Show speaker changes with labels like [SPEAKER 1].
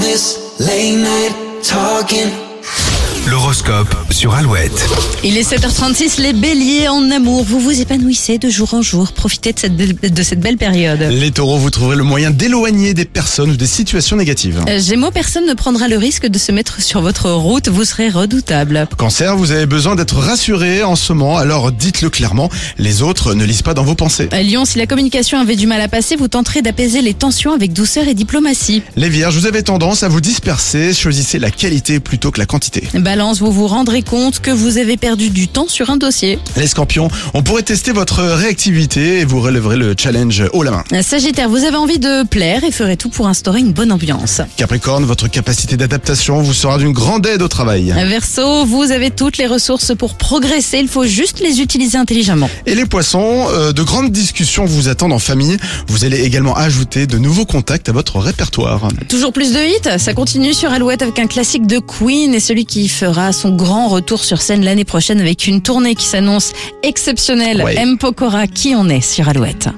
[SPEAKER 1] this late night talking.
[SPEAKER 2] L'horoscope sur Alouette.
[SPEAKER 3] Il est 7h36, les béliers en amour. Vous vous épanouissez de jour en jour. Profitez de cette belle, de cette belle période.
[SPEAKER 4] Les taureaux, vous trouverez le moyen d'éloigner des personnes ou des situations négatives.
[SPEAKER 3] Euh, Gémeaux, personne ne prendra le risque de se mettre sur votre route. Vous serez redoutable.
[SPEAKER 4] Cancer, vous avez besoin d'être rassuré en ce moment, alors dites-le clairement, les autres ne lisent pas dans vos pensées.
[SPEAKER 3] Euh, Lyon, si la communication avait du mal à passer, vous tenterez d'apaiser les tensions avec douceur et diplomatie.
[SPEAKER 4] Les vierges, vous avez tendance à vous disperser, choisissez la qualité plutôt que la quantité.
[SPEAKER 3] Balance, vous vous rendrez compte que vous avez perdu du temps sur un dossier.
[SPEAKER 4] Les scorpions, on pourrait tester votre réactivité et vous relèverez le challenge haut la main.
[SPEAKER 3] Euh, Sagittaire, vous avez envie de plaire et ferez tout pour instaurer une bonne ambiance.
[SPEAKER 4] Capricorne, votre capacité d'adaptation vous sera d'une grande aide au travail.
[SPEAKER 3] Euh. Verseau, vous avez toutes les ressources pour progresser, il faut juste les utiliser intelligemment.
[SPEAKER 4] Et les poissons, euh, de grandes discussions vous attendent en famille, vous allez également ajouter de nouveaux contacts à votre répertoire.
[SPEAKER 3] Toujours plus de hits, ça continue sur Alouette avec un classique de Queen et celui qui fera son grand retour sur scène l'année prochaine avec une tournée qui s'annonce exceptionnelle.
[SPEAKER 4] Ouais.
[SPEAKER 3] M. Pokora, qui en est sur Alouette